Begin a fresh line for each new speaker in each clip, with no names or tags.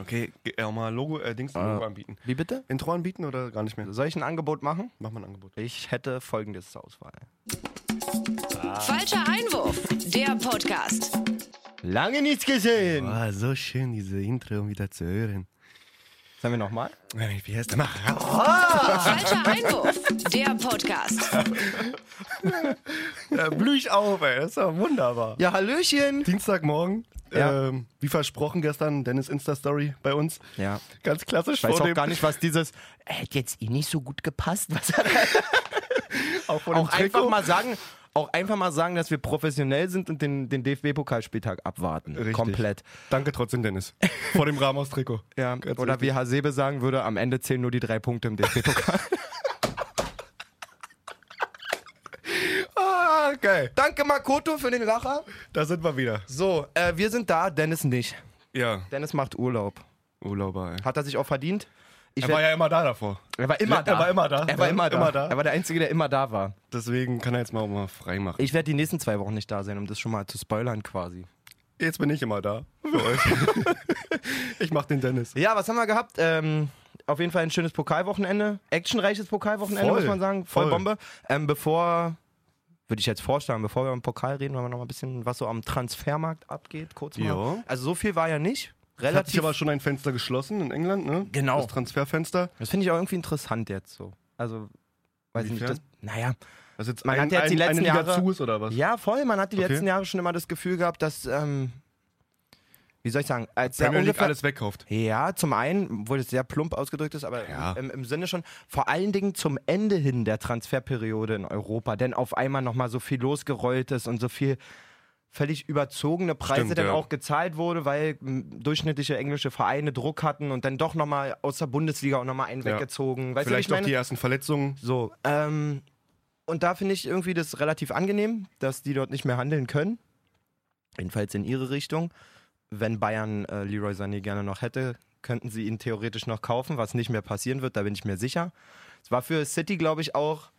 Okay, ge- auch mal Logo, äh, Dings, Logo anbieten.
Wie bitte?
Intro anbieten oder gar nicht mehr?
Soll ich ein Angebot machen?
Mach mal ein Angebot.
Ich hätte folgendes zur Auswahl.
Falscher Einwurf, der Podcast.
Lange nichts gesehen.
Ah, so schön, diese Intro um wieder zu hören.
Sagen wir nochmal.
Wie heißt der? Mach raus.
Falscher Einwurf, der Podcast.
Da blüh ich Äh, auf, ey. Das ist doch wunderbar.
Ja, Hallöchen.
Dienstagmorgen.
Ja.
Ähm, wie versprochen gestern, Dennis Insta-Story bei uns.
Ja.
Ganz klassisch
Ich weiß
vor
auch
dem,
gar nicht, was dieses hätte jetzt eh nicht so gut gepasst. Was hat
auch vor dem
auch einfach
Trikot.
mal sagen, auch einfach mal sagen, dass wir professionell sind und den, den DFB-Pokalspieltag abwarten.
Richtig.
Komplett.
Danke trotzdem, Dennis. Vor dem Ramos-Trikot.
Ja,
Ganz
oder
richtig.
wie Hasebe sagen würde, am Ende zählen nur die drei Punkte im DFB-Pokal.
Ah, geil.
Danke Makoto für den Lacher.
Da sind wir wieder.
So, äh, wir sind da, Dennis nicht.
Ja,
Dennis macht Urlaub.
Urlauber, ey.
Hat er sich auch verdient? Ich
Er war
werd-
ja immer da davor.
er war immer
Er
da.
war immer da.
Er war
Ja,
immer da.
immer da.
Er war der Einzige, der immer da war.
Deswegen kann er jetzt mal, auch mal frei machen.
Ich werde die nächsten zwei Wochen nicht da sein, um das schon mal zu spoilern quasi.
Jetzt bin ich immer da. Für euch. ich mach den Dennis.
Ja, was haben wir gehabt? Ähm, auf jeden Fall ein schönes Pokalwochenende. Actionreiches Pokalwochenende,
Voll.
muss man sagen. Voll,
Voll.
Bombe. Ähm, bevor, würde ich jetzt vorschlagen, bevor wir über den Pokal reden, wollen wir noch mal ein bisschen, was so am Transfermarkt abgeht, kurz mal.
Ja.
Also so viel war ja nicht.
Hat sich
Relativ.
aber schon ein Fenster geschlossen in England, ne?
Genau.
Das Transferfenster.
das finde ich auch irgendwie interessant jetzt so. Also, weiß nicht,
Inwiefern?
das, naja.
Was jetzt
Man
ein,
hat jetzt
ein,
die letzten
eine Liga
Jahre-
zu ist oder was?
Ja, voll. Man hat die
Okay.
letzten Jahre schon immer das Gefühl gehabt, dass, ähm, wie soll ich sagen, als der
Premier League
ungefähr
alles wegkauft.
Ja, zum einen, obwohl es sehr plump ausgedrückt ist, aber
Ja.
im, im Sinne schon, vor allen Dingen zum Ende hin der Transferperiode in Europa, denn auf einmal nochmal so viel losgerollt ist und so viel völlig überzogene Preise
Stimmt,
dann
ja.
auch gezahlt wurde, weil m, durchschnittliche englische Vereine Druck hatten und dann doch nochmal aus der Bundesliga auch nochmal einen
Ja.
weggezogen. Weißt du, wie ich
Vielleicht auch
meine?
die ersten Verletzungen.
So, ähm, und da finde ich irgendwie das relativ angenehm, dass die dort nicht mehr handeln können. Jedenfalls in ihre Richtung. Wenn Bayern äh, Leroy Sané gerne noch hätte, könnten sie ihn theoretisch noch kaufen, was nicht mehr passieren wird, da bin ich mir sicher. Es war für City, glaube ich, auch,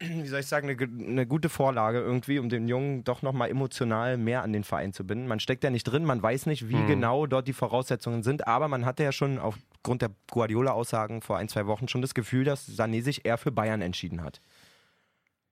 wie soll ich sagen, eine, ge- eine gute Vorlage irgendwie, um den Jungen doch nochmal emotional mehr an den Verein zu binden. Man steckt ja nicht drin, man weiß nicht,
Mhm.
wie genau dort die Voraussetzungen sind, aber man hatte ja schon aufgrund der Guardiola-Aussagen vor ein, zwei Wochen schon das Gefühl, dass Sané sich eher für Bayern entschieden hat.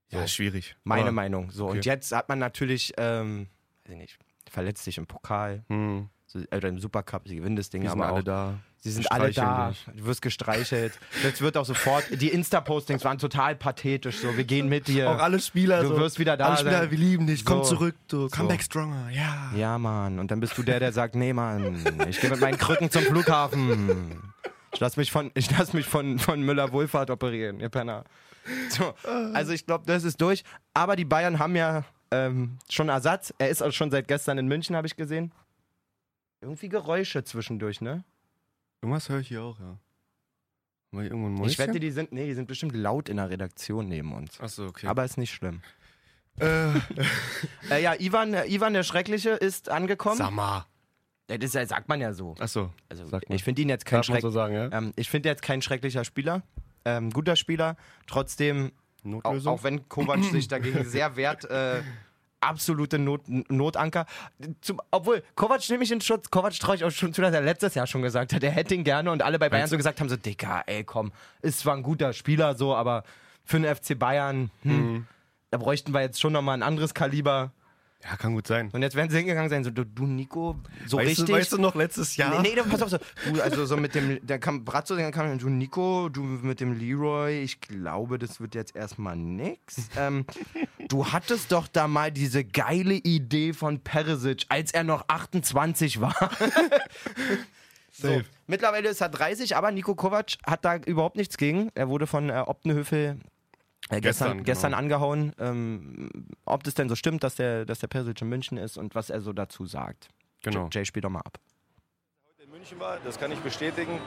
Ja, schwierig.
Meine
Aber-
Meinung. So, und
Ah, okay.
jetzt hat man natürlich, ähm, weiß ich nicht, verletzt sich im Pokal
Hm.
so, äh, oder im Supercup, sie gewinnen das Ding,
Die sind
aber auch
alle da.
Sie sind alle
Streicheln
da, du wirst gestreichelt. Jetzt wird auch sofort, die Insta-Postings waren total pathetisch, so, wir gehen mit dir.
Auch alle Spieler.
Du
so,
wirst wieder da
Alle Spieler,
sein.
wir lieben dich. Komm
So.
zurück. Du. Come back stronger. Ja.
Ja, Mann. Und dann bist du der, der sagt, nee, Mann, ich gehe mit meinen Krücken zum Flughafen. Ich lass mich von, ich lass mich von, von Müller Wohlfahrt operieren, ihr Penner. So, also ich glaube, das ist durch. Aber die Bayern haben ja ähm, schon Ersatz. Er ist auch schon seit gestern in München, habe ich gesehen. Irgendwie Geräusche zwischendurch, ne?
Irgendwas höre ich hier auch, ja. War hier irgendwo ein
Ich wette, die sind, nee, die sind bestimmt laut in der Redaktion neben uns.
Achso, okay.
Aber ist nicht schlimm.
äh,
Äh, ja, Ivan, äh, Ivan der Schreckliche ist angekommen.
sag mal.
Ja, Das ist ja- sagt man ja so.
Achso.
Also,
Sagt man.
ich finde ihn jetzt kein
Darf man
Schreck
so sagen, ja?
ähm, ich finde jetzt kein schrecklicher Spieler, ähm, guter Spieler. Trotzdem, auch,
Notlösung.
auch wenn Kovac sich dagegen sehr wehrt, äh, absolute Not, Notanker. Zum, obwohl, Kovac nehme ich in Schutz. Kovac traue ich auch schon zu, dass er letztes Jahr schon gesagt hat, er hätte ihn gerne und alle bei Bayern so gesagt haben: so, Dicker, ey, komm, ist zwar ein guter Spieler, so, aber für den FC Bayern, hm,
Mhm.
da bräuchten wir jetzt schon nochmal ein anderes Kaliber.
ja, kann gut sein.
Und jetzt werden sie hingegangen sein, so, du, du Nico, so
Weißt
richtig.
du, weißt du noch letztes Jahr?
Nee, nee, pass auf so. Du, also so mit dem, da kam Bratzo, dann kam du Nico, du mit dem Leroy. Ich glaube, das wird jetzt erstmal nix. Ähm, du hattest doch da mal diese geile Idee von Perisic, als er noch 28 war. So,
Safe.
mittlerweile ist er 30, aber Nico Kovac hat da überhaupt nichts gegen. Er wurde von äh, Optenhöfel
Gestern,
äh, gestern,
genau.
gestern angehauen. Ähm, ob das denn so stimmt, dass der, dass der Perisic in München ist und was er so dazu sagt.
Genau.
Jay, spiel doch mal ab.
in München war, das kann ich bestätigen.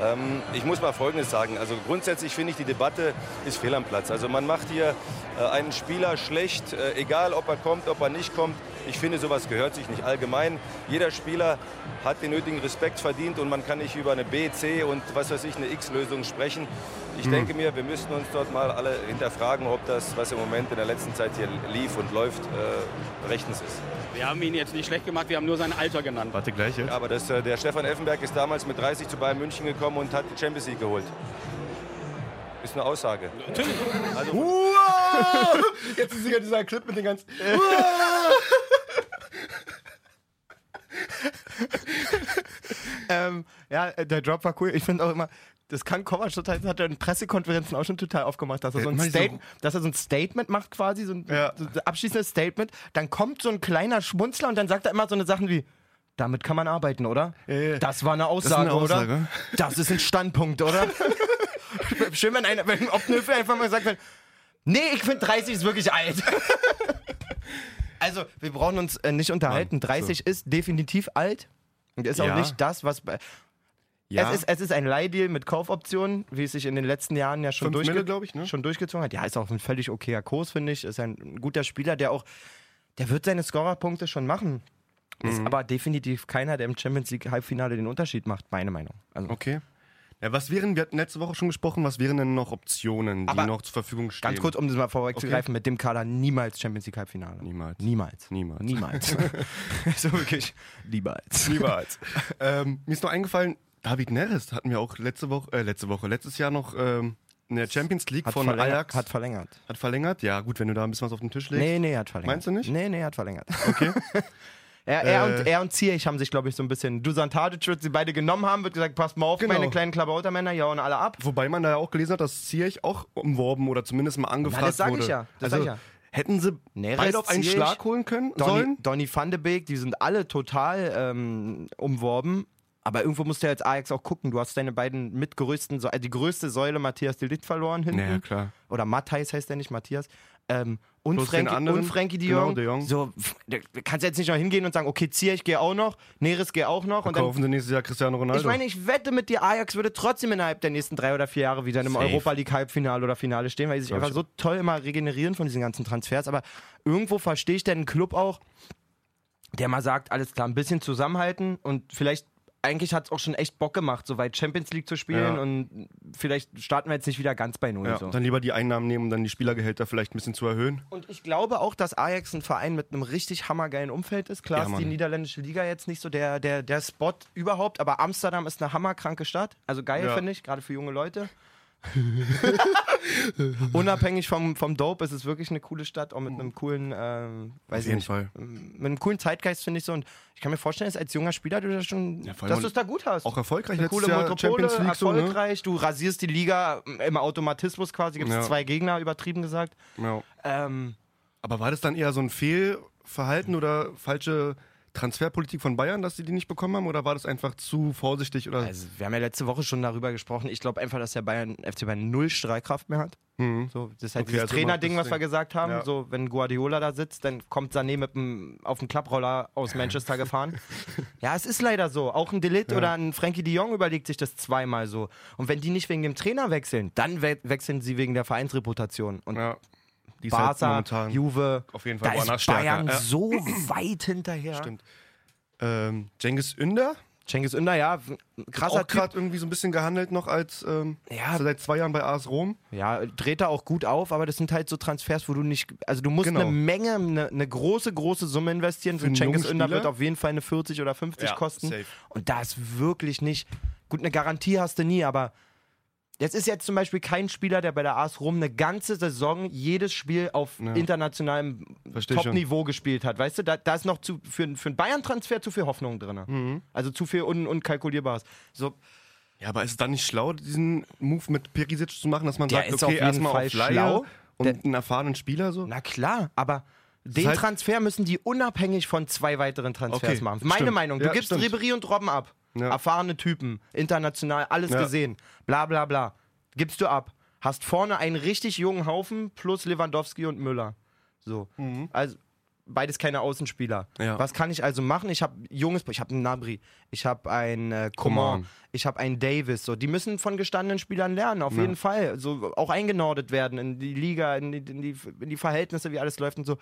Ähm, ich muss mal Folgendes sagen. Also grundsätzlich finde ich, die Debatte ist fehl am Platz. Also man macht hier äh, einen Spieler schlecht, äh, egal ob er kommt, ob er nicht kommt. Ich finde, sowas gehört sich nicht allgemein. Jeder Spieler hat den nötigen Respekt verdient und man kann nicht über eine B, C und was weiß ich, eine X-Lösung sprechen. Ich denke mir, wir müssten uns dort mal alle hinterfragen, ob das, was im Moment in der letzten Zeit hier lief und läuft, äh, rechtens ist.
Wir haben ihn jetzt nicht schlecht gemacht, wir haben nur sein Alter genannt.
Warte, gleiche.
Aber das, äh, der Stefan Effenberg ist damals mit 30 zu Bayern München gekommen und hat die Champions League geholt. Ist eine Aussage.
Jetzt ist wieder dieser Clip mit den ganzen.
Ähm, ja, äh, der Drop war cool. Ich finde auch immer, das kann Kovac total, das hat er in Pressekonferenzen auch schon total aufgemacht, dass er, so ein,
mach ich so-
Statement, dass er so ein Statement macht quasi, so ein,
Ja.
so ein abschließendes Statement. Dann kommt so ein kleiner Schmunzler und dann sagt er immer so eine Sachen wie, damit kann man arbeiten, oder?
ja.
Das war eine
ist
Aussage,
eine
oder?
Aussage.
Das ist ein Standpunkt, oder? Schön, wenn, einer, wenn Obnöfel einfach mal sagt, nee, ich finde 30 ist wirklich alt. Also, wir brauchen uns äh, nicht unterhalten. 30 ist definitiv alt. Und ist auch
Ja.
nicht das, was. Bei
Ja.
es, ist, es ist ein Leihdeal mit Kaufoptionen, wie es sich in den letzten Jahren ja schon,
Fünf
durchge
Mille, glaub ich, ne?
schon durchgezogen hat. Ja, ist auch ein völlig okayer Kurs, finde ich. Ist ein guter Spieler, der auch. Der wird seine Scorerpunkte schon machen. Ist
Mhm.
aber definitiv keiner, der im Champions League Halbfinale den Unterschied macht, meine Meinung. Also,
Okay. Ja, was wären, wir hatten letzte Woche schon gesprochen, was wären denn noch Optionen, die
Aber
noch zur Verfügung stehen?
Ganz kurz, um das mal vorwegzugreifen, mit dem Kader niemals Champions League Halbfinale.
Niemals.
Niemals.
Niemals.
Niemals. so wirklich. Niemals.
Niemals. ähm, mir ist noch eingefallen, David Neres hatten wir auch letzte Woche, äh, letzte Woche, letztes Jahr noch ähm, in der Champions League
Hat
von
verlängert,
Ajax.
Hat verlängert.
Hat verlängert? Ja, gut, wenn du da ein bisschen was auf den Tisch legst.
Nee, nee, hat verlängert.
Meinst du nicht?
Nee, nee, hat verlängert. Okay. er, er, und, er und Ziyech haben sich, glaube ich, so ein bisschen. Dusan Tadic wird sie beide genommen haben, wird gesagt, passt mal auf,
Genau.
meine kleinen Klabautermänner, ja und alle ab.
Wobei man da ja auch gelesen hat, dass Ziyech auch umworben oder zumindest mal angefragt
das sag ich
wurde.
ja, das
also,
sag ich ja.
Hätten sie
Neres,
beide auf einen
Ziyech,
Schlag holen können
Donny,
sollen?
Donny van de Beek, die sind alle total ähm, umworben. Aber irgendwo musst du ja als Ajax auch gucken. Du hast deine beiden mitgrößten, Sä- äh, die größte Säule Matthias Delikt verloren hinten.
Naja, klar.
Oder Matthijs heißt der nicht, Matthias. Ähm, und,
Plus den
Frankie,
anderen.
und Frankie de
Genau,
Jong.
de Jong.
So, pff, da da kannst du jetzt nicht noch hingehen und sagen, okay, Zier, ich gehe auch noch, Neres gehe auch noch. Und dann,
Kaufen sie nächstes Jahr Cristiano Ronaldo.
ich meine, ich wette mit dir, Ajax würde trotzdem innerhalb der nächsten drei oder vier Jahre wieder in einem
Safe.
Europa League Halbfinale oder Finale stehen, weil sie sich
Glaub
einfach so toll immer regenerieren von diesen ganzen Transfers. Aber irgendwo verstehe ich denn einen Club auch, der mal sagt, alles klar, ein bisschen zusammenhalten und vielleicht. Eigentlich hat es auch schon echt Bock gemacht, so weit Champions League zu spielen
Ja.
und vielleicht starten wir jetzt nicht wieder ganz bei Null.
ja,
so.
Dann lieber die Einnahmen nehmen, um dann die Spielergehälter vielleicht ein bisschen zu erhöhen.
Und ich glaube auch, dass Ajax ein Verein mit einem richtig hammergeilen Umfeld ist. Klar
Ja,
ist die
Mann.
niederländische Liga jetzt nicht so der, der, der Spot überhaupt, aber Amsterdam ist eine hammerkranke Stadt. Also geil,
Ja.
finde ich, gerade für junge Leute. Unabhängig vom, vom Dope ist es wirklich eine coole Stadt, auch mit einem coolen, ähm, weiß ich nicht,
Fall.
mit einem coolen Zeitgeist, finde ich so. Und ich kann mir vorstellen, dass als junger Spieler du da schon,
Ja, vor allem
dass du es da gut hast.
Auch erfolgreich
Eine
letztes
coole
Jahr
Metropole,
Champions League so, ne?
erfolgreich, du rasierst die Liga im Automatismus quasi, gibt es
Ja.
zwei Gegner, übertrieben gesagt.
Ja.
Ähm,
Aber war das dann eher so ein Fehlverhalten oder falsche Transferpolitik von Bayern, dass sie die nicht bekommen haben? Oder war das einfach zu vorsichtig? Oder?
Also, wir haben ja letzte Woche schon darüber gesprochen. Ich glaube einfach, dass der Bayern FC Bayern null Strahlkraft mehr hat.
Mhm.
So, das ist halt
Okay,
dieses
also immer
Trainerding,
das
was wir
Ding.
gesagt haben.
Ja.
So, wenn Guardiola da sitzt, dann kommt Sané mit dem, auf dem Klapproller aus Manchester gefahren. Ja, es ist leider so. Auch ein Delitt oder ein Frankie de Jong überlegt sich das zweimal so. Und wenn die nicht wegen dem Trainer wechseln, dann we wechseln sie wegen der Vereinsreputation. Und
ja. Die ist halt
Barca,
momentan-
Juve,
auf jeden Fall
da
woanders
ist
stärker.
Bayern
Ja.
so weit hinterher.
Stimmt. Ähm, Cengiz Ünder,
Cengiz Ünder, ja, krasser
auch
Typ.
gerade irgendwie so ein bisschen gehandelt noch als ähm,
Ja.
ist er seit zwei Jahren bei AS Rom.
Ja, dreht da auch gut auf, aber das sind halt so Transfers, wo du nicht, also du musst
Genau.
eine Menge, eine, eine große, große Summe investieren. So ein
einen
Cengiz
jungen
Ünder
Spieler?
wird auf jeden Fall eine 40 oder 50
Ja,
kosten.
safe.
Und da ist wirklich nicht, gut, eine Garantie hast du nie, aber das ist jetzt zum Beispiel kein Spieler, der bei der AS Rom eine ganze Saison jedes Spiel auf internationalem
Versteh
Top-Niveau gespielt hat. Weißt du, da, da ist noch zu, für, für einen Bayern-Transfer zu viel Hoffnung drin.
Mhm.
Also zu viel un, Unkalkulierbares. So,
Ja, aber ist es dann nicht schlau, diesen Move mit Perisic zu machen, dass man
Der
sagt,
ist auf
okay,
jeden
erstmal
Fall
auf Leihe
schlau.
und
Der-
einen erfahrenen Spieler so?
Na klar, aber den
heißt-
Transfer müssen die unabhängig von zwei weiteren Transfers
Okay,
machen. Meine
stimmt.
Meinung, du
Ja,
gibst
stimmt.
Ribery und Robben ab.
Ja.
Erfahrene Typen, international, alles
Ja.
gesehen. Bla bla bla. Gibst du ab. Hast vorne einen richtig jungen Haufen plus Lewandowski und Müller. So.
Mhm.
Also beides keine Außenspieler.
Ja.
Was kann ich also machen? Ich habe junges, ich habe einen Nabri, ich habe einen äh, Coman,
Coman.
ich habe einen Davis. So, die müssen von gestandenen Spielern lernen, auf jeden Fall. So auch eingenordet werden in die Liga, in die, in die, in die Verhältnisse, wie alles läuft und so.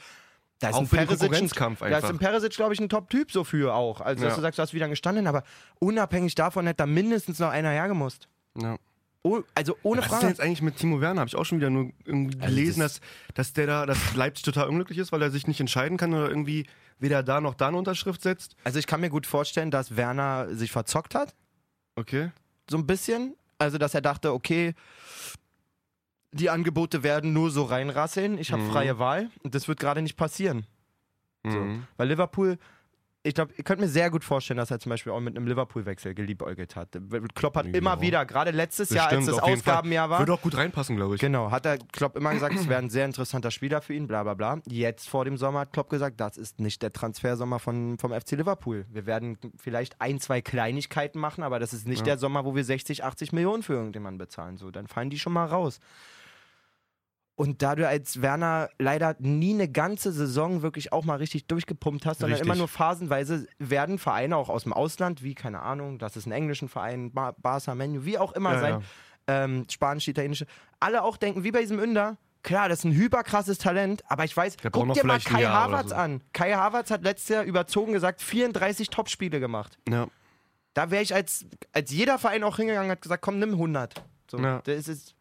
Da ist
Auch
ein
für den
Peresic,
Konkurrenzkampf
Da ist
einfach.
ein Peresic, glaube ich, ein Top-Typ so für auch. Also,
Ja.
dass du sagst, du hast wieder gestanden, aber unabhängig davon hätte da mindestens noch einer hergemusst.
Ja.
Oh, also ohne
Was ist denn
Frage.
jetzt eigentlich mit Timo Werner? Habe ich auch schon wieder nur irgendwie
Also
gelesen,
das-
dass, dass der da, dass Leipzig total unglücklich ist, weil er sich nicht entscheiden kann oder irgendwie weder da noch da eine Unterschrift setzt.
Also, ich kann mir gut vorstellen, dass Werner sich verzockt hat.
Okay.
so ein bisschen. Also, dass er dachte, okay, die Angebote werden nur so reinrasseln, ich habe
Mhm.
freie Wahl und das wird gerade nicht passieren.
Mhm.
Weil Liverpool, ich glaube, ihr könnt mir sehr gut vorstellen, dass er zum Beispiel auch mit einem Liverpool-Wechsel geliebäugelt hat. Klopp hat
Ja.
immer wieder, gerade letztes Jahr, als
Bestimmt,
das
auf jeden Fall.
Ausgabenjahr war,
Würde auch gut reinpassen, glaube ich.
genau, hat er Klopp immer gesagt, es wäre ein sehr interessanter Spieler für ihn, bla bla bla. Jetzt vor dem Sommer hat Klopp gesagt, das ist nicht der Transfersommer von, vom FC Liverpool. Wir werden vielleicht ein, zwei Kleinigkeiten machen, aber das ist nicht der Sommer, wo wir 60, 80 Millionen für irgendjemanden bezahlen. So, dann fallen die schon mal raus. Und da du als Werner leider nie eine ganze Saison wirklich auch mal richtig durchgepumpt hast, sondern
Richtig.
immer nur phasenweise, werden Vereine auch aus dem Ausland, wie, keine Ahnung, das ist ein englischen Verein, Bar Barca, Menu, wie auch immer
Ja,
sein,
ja.
ähm, spanische, italienische, alle auch denken, wie bei diesem Inder, klar, das ist ein hyperkrasses Talent, aber ich weiß,
Der braucht
guck
noch
dir mal
vielleicht ein
Kai
Jahr oder
Havertz
so.
an. Kai Havertz hat letztes Jahr überzogen gesagt 34 Topspiele gemacht.
Ja.
Da wäre ich als, als jeder Verein auch hingegangen hat gesagt, komm, nimm 100. So,
Ja.
das ist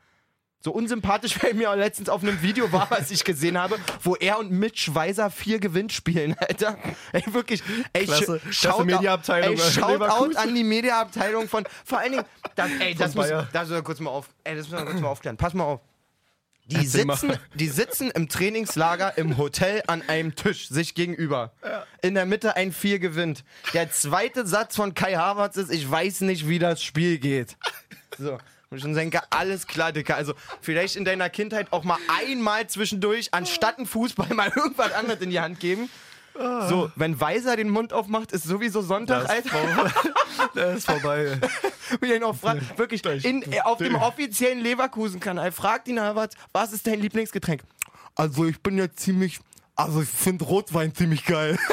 so unsympathisch, weil mir auch letztens auf einem Video war, was ich gesehen habe, wo er und Mitch Weiser vier Gewinnspielen, Alter. Ey, wirklich. Ey,
Klasse.
sch-
Klasse
Shoutout-
Mediaabteilung
Ey,
bei
Shoutout
Leverkusen.
an die Mediaabteilung von, vor allen Dingen, das, ey, das muss,
Bayer.
das müssen wir kurz mal auf, ey, das müssen wir kurz mal aufklären. Pass mal auf. Die
Erzähl mal.
sitzen, die sitzen im Trainingslager im Hotel an einem Tisch, sich gegenüber. In der Mitte ein Vier gewinnt. Der zweite Satz von Kai Havertz ist, ich weiß nicht, wie das Spiel geht. So. Und ich schon denke, alles klar, Dicker. Also vielleicht in deiner Kindheit auch mal einmal zwischendurch, anstatt ein Fußball, mal irgendwas anderes in die Hand geben. So, wenn Weiser den Mund aufmacht, ist sowieso Sonntag, Alter.
Der ist vorbei.
Wie er ihn auch fragt, wirklich, in, auf dem offiziellen Leverkusen-Kanal fragt ihn Havertz, was ist dein Lieblingsgetränk? Also ich bin ja ziemlich, also ich finde Rotwein ziemlich geil.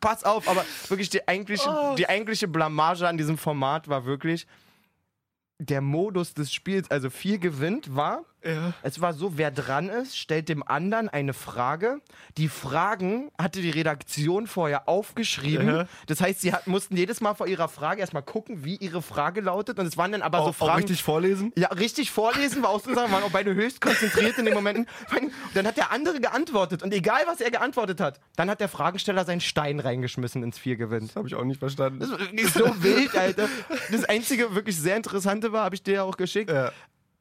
Pass auf, aber wirklich die eigentliche, die eigentliche Blamage an diesem Format war wirklich der Modus des Spiels. Also viel gewinnt war,
ja.
es war so, wer dran ist, stellt dem anderen eine Frage. Die Fragen hatte die Redaktion vorher aufgeschrieben.
Ja.
Das heißt, sie hat, mussten jedes Mal vor ihrer Frage erstmal gucken, wie ihre Frage lautet. Und es waren dann aber so
auch, auch
Fragen.
Oh, richtig vorlesen?
ja, richtig vorlesen war aus unserer, waren auch beide höchst konzentriert in den Momenten. Und dann hat der andere geantwortet. Und egal, was er geantwortet hat, dann hat der Fragesteller seinen Stein reingeschmissen ins Viergewinn.
Habe ich auch nicht verstanden.
Das ist so wild, Alter. Das einzige wirklich sehr interessante war, habe ich dir ja auch geschickt,
Ja.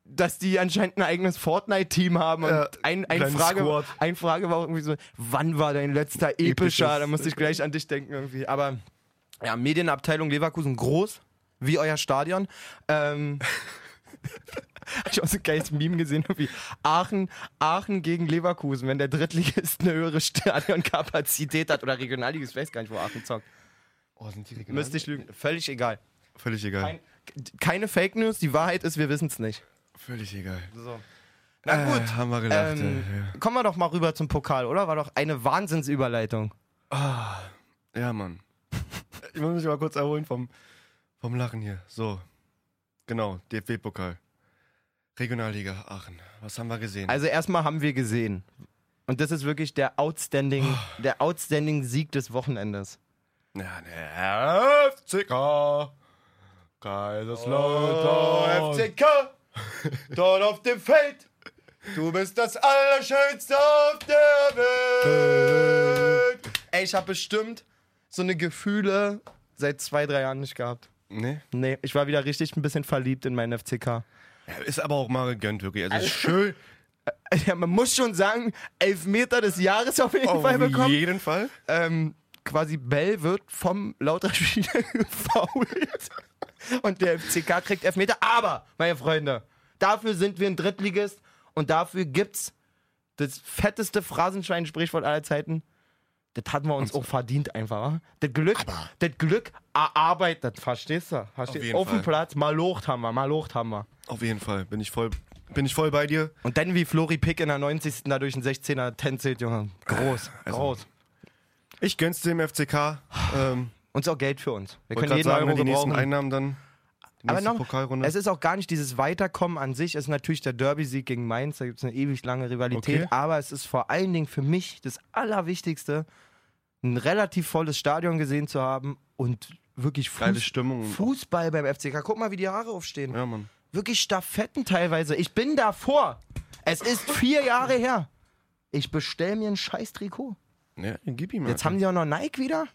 dass die anscheinend ein eigenes Fortnite-Team haben. Und
Ja,
ein, ein,
kleines
Frage,
Squad.
ein Frage war auch irgendwie so: Wann war dein letzter epischer?
Episches.
Da musste ich gleich an dich denken irgendwie. Aber ja, Medienabteilung Leverkusen groß, wie euer Stadion. Ähm. Hab ich auch so ein geiles Meme gesehen, wie Aachen, Aachen gegen Leverkusen, wenn der Drittligist eine höhere Stadionkapazität hat oder Regionalligist, ich weiß gar nicht, wo Aachen zockt.
Oh, sind die regional?
Müsste ich lügen. Völlig egal.
Völlig egal.
Kein, keine Fake News, die Wahrheit ist, wir wissen es nicht.
Velacht, egal.
So. Na gut.
Äh, haben wir gelacht.
ähm,
ja,
Kommen wir doch mal rüber zum Pokal, oder? War doch eine Wahnsinnsüberleitung.
ja. ja, Mann. Ich muss mich mal kurz erholen vom, vom Lachen hier. So. Genau, DFB-Pokal. Regionalliga Aachen. Was haben wir gesehen?
Also erstmal haben wir gesehen. Und das ist wirklich der outstanding,
Oh.
der outstanding Sieg des Wochenendes.
Ja, der FCK. Kaiserslautern.
FCK, dort auf dem Feld, du bist das Allerschönste auf der Welt. Ey, ich habe bestimmt so eine Gefühle seit zwei, drei Jahren nicht gehabt.
Nee?
Nee, ich war wieder richtig ein bisschen verliebt in meinen FCK.
Ja, ist aber auch mal gegönnt, wirklich. Also, schön.
Ja, man muss schon sagen, Elfmeter des Jahres auf jeden Fall
Auf
bekommen.
jeden Fall.
Ähm, quasi Bell wird vom Lauter-Spieler gefault. Und der FCK kriegt Elfmeter. Aber, meine Freunde, dafür sind wir ein Drittligist und dafür gibt's das fetteste Phrasenschwein-Sprichwort aller Zeiten. Das hatten wir uns auch verdient einfach. wa? Das Glück, das Glück erarbeitet, verstehst du? Verstehst?
jeden
du? Auf dem
Fall.
Platz, mal locht haben wir, mal locht haben wir.
Auf jeden Fall. Bin ich voll, bin ich voll bei dir.
Und dann wie Flori Pick in der 90. dadurch einen 16er tänzelt, Junge. Groß,
Also-
groß.
Ich gönn's dem FCK. Ähm,
Und auch Geld für uns. Wir
wollte
können
gerade
jeden
sagen,
Euro
wenn die nächsten
gebrauchen.
Einnahmen dann. Die
Aber
nächste
noch,
Pokalrunde.
es ist auch gar nicht dieses Weiterkommen an sich, es ist natürlich der Derby-Sieg gegen Mainz, da gibt es eine ewig lange Rivalität,
Okay.
aber es ist vor allen Dingen für mich das Allerwichtigste, ein relativ volles Stadion gesehen zu haben und wirklich
geile
Fuß,
Stimmung. und-
Fußball beim FCK. Guck mal, wie die Haare aufstehen.
Ja, Mann.
Wirklich Staffetten teilweise. Ich bin davor. Es ist vier Jahre her. Ich bestell mir ein scheiß Trikot.
Ja, gib ihm.
Jetzt
Alter.
haben die auch noch Nike wieder.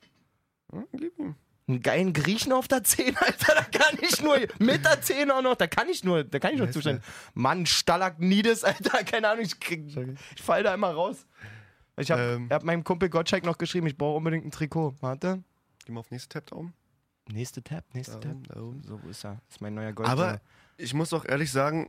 Ja, gib ihm.
einen geilen Griechen auf der 10, Alter, da kann ich nur, mit der 10 auch noch, da kann ich nur, da kann ich nur
Weißt du?
zustellen. Mann, Stalagnides, Alter, keine Ahnung, ich, krieg, ich fall da immer raus. Ich hab,
Ähm.
hab meinem Kumpel Gottschalk noch geschrieben, ich brauche unbedingt ein Trikot. Warte.
Geh mal auf nächste Tab da oben.
Nächste Tab,
Da
nächste Tab.
oben, da oben.
Ähm, So, wo ist er? Ist mein neuer Gold.
Aber ich muss auch ehrlich sagen,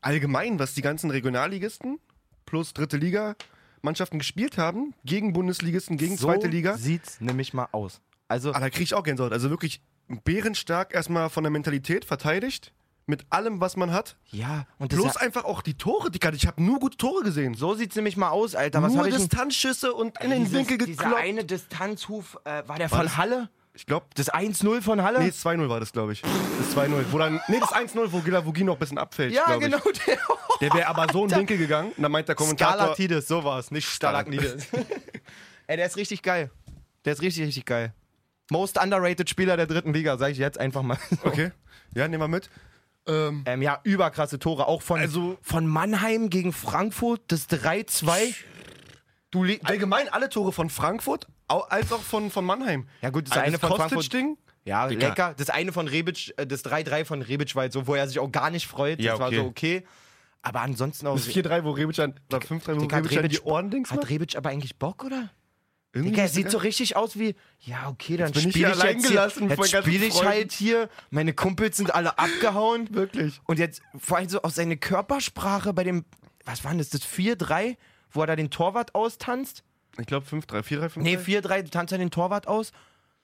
allgemein, was die ganzen Regionalligisten plus dritte Liga Mannschaften gespielt haben, gegen Bundesligisten, gegen
so
zweite Liga,
sieht's nämlich mal aus. Also,
ah, da kriege ich auch Gänsehaut. Also wirklich bärenstark erstmal von der Mentalität verteidigt, mit allem, was man hat.
ja, und das
Bloß
ist ja,
einfach auch die Tore, Dicker. Ich habe nur gute Tore gesehen.
so sieht's nämlich mal aus, Alter. Was hab
nur
ich denn-
Distanzschüsse und in den
Dieses-
Winkel
Dieser
gekloppt.
eine Distanzhuf, äh, war der
War
von
das-
Halle?
Ich glaube,
Das 1-0 von Halle?
Nee, das 2-0 war das, glaube ich. Das 2-0. Wo dann, nee, das 1-0, wo Gilavogi noch ein bisschen abfällt.
ja,
glaub ich.
genau, der.
Der wäre aber so in den Winkel gegangen. Und dann meint der Kommentator.
Stalaktides, so war's, nicht Stalagnides. Ey, der ist richtig geil. Der ist richtig, richtig geil. Most underrated Spieler der dritten Liga, sag ich jetzt einfach mal.
Okay. Ja, nehmen wir mit. Ähm,
Ähm, ja, überkrasse Tore, auch von,
Also-
von Mannheim gegen Frankfurt, das 3-2.
du li- allgemein alle Tore von Frankfurt au- als auch von, von Mannheim.
Ja, gut, das
Also
eine von Frankfurt-
Ding.
Ja,
Digga.
lecker. Das eine von Rebic, äh, das 3-3 von Rebic war jetzt so, wo er sich auch gar nicht freut.
Ja,
das war
okay.
so okay. Aber ansonsten auch.
Das 4-3, wo Rebic an, oder 5-3, wo
Digga, hat
Rebic an die
Rebic-
Ohren links
Hat
macht.
Rebic aber eigentlich Bock, oder?
Irgendwie
Digga,
ist
sieht so
der-
richtig aus wie, ja, okay, dann
Jetzt bin ich
spiele
hier
ich,
allein
jetzt hier,
gelassen mit
jetzt
meinen ganzen
spiel ich
Freunden.
halt hier, meine Kumpels sind alle abgehauen.
Wirklich.
Und jetzt, vor allem so aus seiner Körpersprache bei dem, was war denn das, das 4-3, wo er da den Torwart austanzt?
Ich glaube 5-3, 4-3, 5-3.
Nee, 4-3, du tanzt ja den Torwart aus.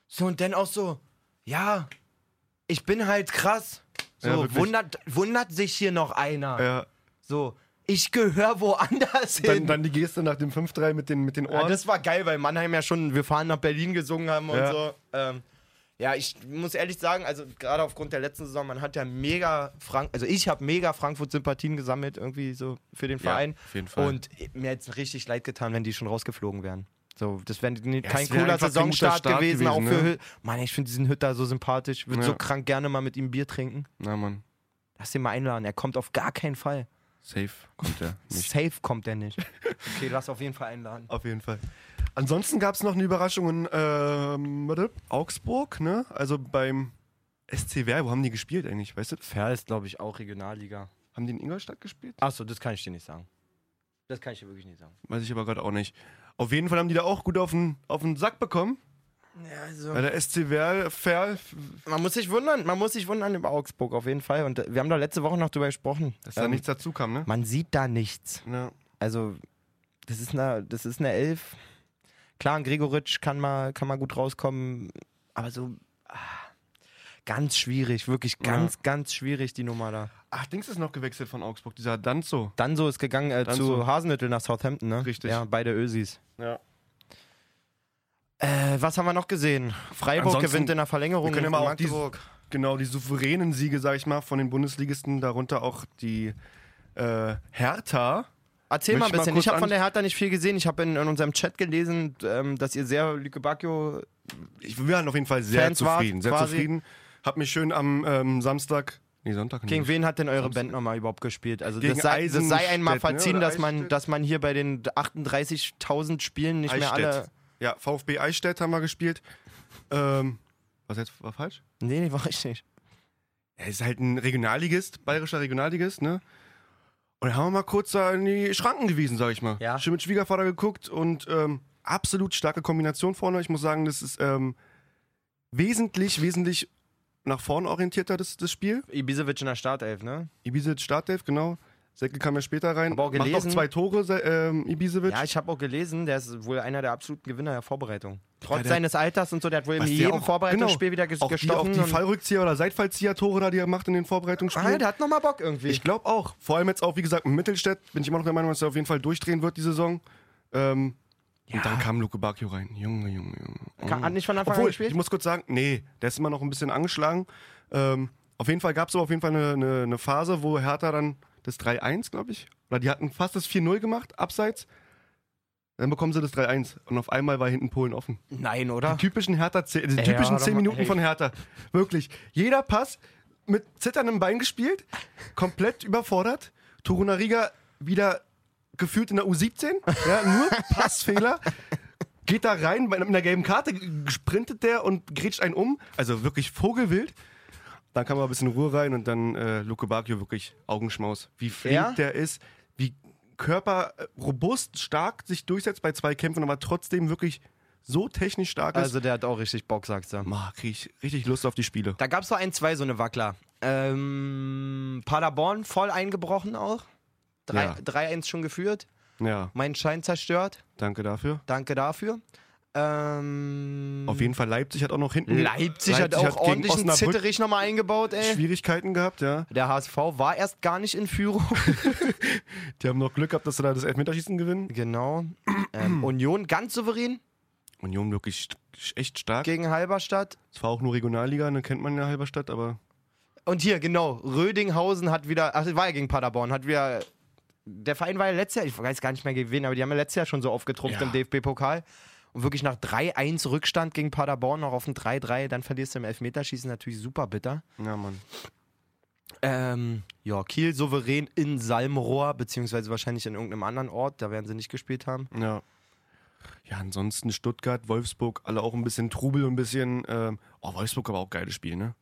So, und dann auch so, ja, ich bin halt krass. So,
Ja, wirklich.
wundert, wundert sich hier noch einer.
Ja.
So, ich gehöre woanders
Dann,
hin.
dann die Geste nach dem 5-3 mit den, mit den
Ja,
Ohren.
Ah, das war geil, weil Mannheim ja schon Wir fahren nach Berlin gesungen haben und
Ja.
so. Ähm, ja, ich muss ehrlich sagen, also gerade aufgrund der letzten Saison, man hat ja mega Frank, also ich habe mega Frankfurt-Sympathien gesammelt irgendwie so für den
Ja,
Verein.
auf jeden Fall.
Und mir hätte es richtig leid getan, wenn die schon rausgeflogen wären. So, das wäre
Ja,
kein
es wär einfach kein
cooler
guter
Saisonstart
Start
gewesen,
gewesen,
auch für
ne?
Hü Mann, ich finde diesen Hütter so sympathisch. Würde
Ja.
so krank gerne mal mit ihm Bier trinken.
Na, Mann.
Lass den mal einladen, er kommt auf gar keinen Fall.
Safe kommt der.
Safe kommt er nicht. Okay, lass auf jeden Fall einladen.
Auf jeden Fall. Ansonsten gab es noch eine Überraschung in ähm, warte, Augsburg, ne? Also beim SC Werl, wo haben die gespielt eigentlich? Weißt du?
Fair ist, glaube ich, auch Regionalliga.
Haben die in Ingolstadt gespielt?
Achso, das kann ich dir nicht sagen. Das kann ich dir wirklich nicht sagen.
Weiß ich aber gerade auch nicht. Auf jeden Fall haben die da auch gut auf den, auf den Sack bekommen.
Ja, also.
Weil der SC Werl, Ferl,
Man muss sich wundern, man muss sich wundern über Augsburg auf jeden Fall. Und äh, wir haben da letzte Woche noch drüber gesprochen.
dass da
Ähm,
nichts dazu kam, ne?
Man sieht da nichts.
Ja.
Also, das ist eine, das ist eine Elf. Klar, ein Gregoritsch kann mal, kann mal gut rauskommen, aber so. ah, Ganz schwierig, wirklich ganz, ganz schwierig, die Nummer da.
Ach, Dings ist noch gewechselt von Augsburg, dieser Danzo.
Danso ist gegangen äh,
Danso.
zu Hasenhüttel nach Southampton, ne?
Richtig.
Ja, beide Ösis.
Ja.
Äh, was haben wir noch gesehen? Freiburg
Ansonsten-
gewinnt in der Verlängerung.
Wir können ja
in
mal auch die-
Magdeburg.
Genau, die souveränen Siege, sag ich mal, von den Bundesligisten, darunter auch die äh, Hertha.
Erzähl mal ein
Möchte ich mal
bisschen.
kurz
Ich habe
an-
von der Hertha nicht viel gesehen. Ich habe in, in unserem Chat gelesen, ähm, dass ihr sehr Lüke Bacchio.
Ich, wir waren auf jeden Fall sehr
Fans wart
zufrieden. Sehr
quasi.
zufrieden. Hab mich schön am ähm, Samstag. Nee, Sonntag. nee.
Gegen wen hat denn eure Band nochmal überhaupt gespielt? Also das
Gegen
sei, das sei
Eisenstedt,
einmal
ne,
verziehen,
oder
dass man,
Eichstätt?
dass man hier bei den 38.000 Spielen nicht mehr alle.
Eichstätt. Ja, VfB Eichstätt haben wir gespielt. Ähm, was jetzt war falsch?
Nee, nee, war ich nicht.
Er ist halt ein Regionalligist, bayerischer Regionalligist, ne? Und haben wir mal kurz da in die Schranken gewiesen, sag ich mal.
Ja.
Schön mit Schwiegervater geguckt und ähm, absolut starke Kombination vorne. Ich muss sagen, das ist ähm, wesentlich, wesentlich nach vorne orientierter, das, das Spiel.
Ibisevic in der Startelf, ne?
Ibisevic Startelf, genau. Säcke kam ja später rein.
Aber auch
Macht auch
gelesen-
zwei Tore, Se- ähm, Ibisevic.
Ja, ich habe auch gelesen, der ist wohl einer der absoluten Gewinner der Vorbereitung. Trotz
der-
seines Alters und so, der hat wohl in
Was der
jedem
auch-
Vorbereitungsspiel
genau,
wieder ges
auch die, auch
gestochen.
die
und-
Fallrückzieher oder Seitfallzieher-Tore da, die er macht in den Vorbereitungsspielen.
ah, der hat nochmal Bock irgendwie.
Ich glaube auch. Vor allem jetzt auch, wie gesagt, mit Mittelstädt bin ich immer noch der Meinung, dass er auf jeden Fall durchdrehen wird, die Saison. Ähm, Und dann kam Luke Bacchio rein. Junge, Junge, Junge.
Ka- hat nicht von Anfang an
Mhm. Obwohl,
gespielt?
ich muss kurz sagen, nee, der ist immer noch ein bisschen angeschlagen. Ähm, Auf jeden Fall gab es aber auf jeden Fall eine, eine, eine Phase, wo Hertha dann das 3-1, glaube ich, oder die hatten fast das 4-0 gemacht, abseits. Dann bekommen sie das 3-1 und auf einmal war hinten Polen offen.
Nein, oder?
Die typischen Hertha, die
Ja,
typischen
doch
10
mal-
Minuten
hey.
von Hertha. Wirklich. Jeder Pass mit zitterndem Bein gespielt, komplett überfordert. Torunariga wieder gefühlt in der U17, ja, nur Passfehler. Geht da rein, bei- mit einer gelben Karte sprintet der und grätscht einen um. Also wirklich vogelwild. Dann kam mal ein bisschen Ruhe rein und dann äh, Luke Bacchio wirklich Augenschmaus. Wie flink
Ja?
der ist, wie Körper äh, robust, stark sich durchsetzt bei zwei Kämpfen, aber trotzdem wirklich so technisch stark ist.
Also der hat auch richtig Bock, sagst du.
Ma, krieg ich richtig Lust auf die Spiele.
Da gab es so ein, zwei so eine Wackler. Ähm, Paderborn voll eingebrochen auch. Drei-
Ja.
3-1 schon geführt.
Ja,
Mein Schein zerstört.
danke dafür.
Danke dafür. Ähm,
Auf jeden Fall, Leipzig hat auch noch hinten.
Leipzig, hat auch
Äh, gegen
ordentlich einen
Osnabrück
Zitterich nochmal eingebaut, ey.
Schwierigkeiten gehabt, ja.
Der HSV war erst gar nicht in Führung.
Die haben noch Glück gehabt, dass sie da das Elfmeterschießen gewinnen.
genau. Ähm, Union ganz souverän
Union wirklich st- echt stark.
gegen Halberstadt.
Zwar auch nur Regionalliga, ne, kennt man ja Halberstadt, aber
Und hier, genau, Rödinghausen hat wieder, ach, war ja gegen Paderborn, hat wieder, der Verein war ja letztes Jahr, ich weiß gar nicht mehr gegen wen, aber die haben ja letztes Jahr schon so aufgetrumpft im DFB-Pokal. Und wirklich nach 3-1 Rückstand gegen Paderborn noch auf ein 3-3, dann verlierst du im Elfmeterschießen natürlich super bitter.
ja, Mann.
Ähm, ja, Kiel souverän in Salmrohr, beziehungsweise wahrscheinlich in irgendeinem anderen Ort, da werden sie nicht gespielt haben.
Ja. Ja, ansonsten Stuttgart, Wolfsburg, alle auch ein bisschen Trubel, ein bisschen. Ähm, oh, Wolfsburg aber auch geiles Spiel, ne?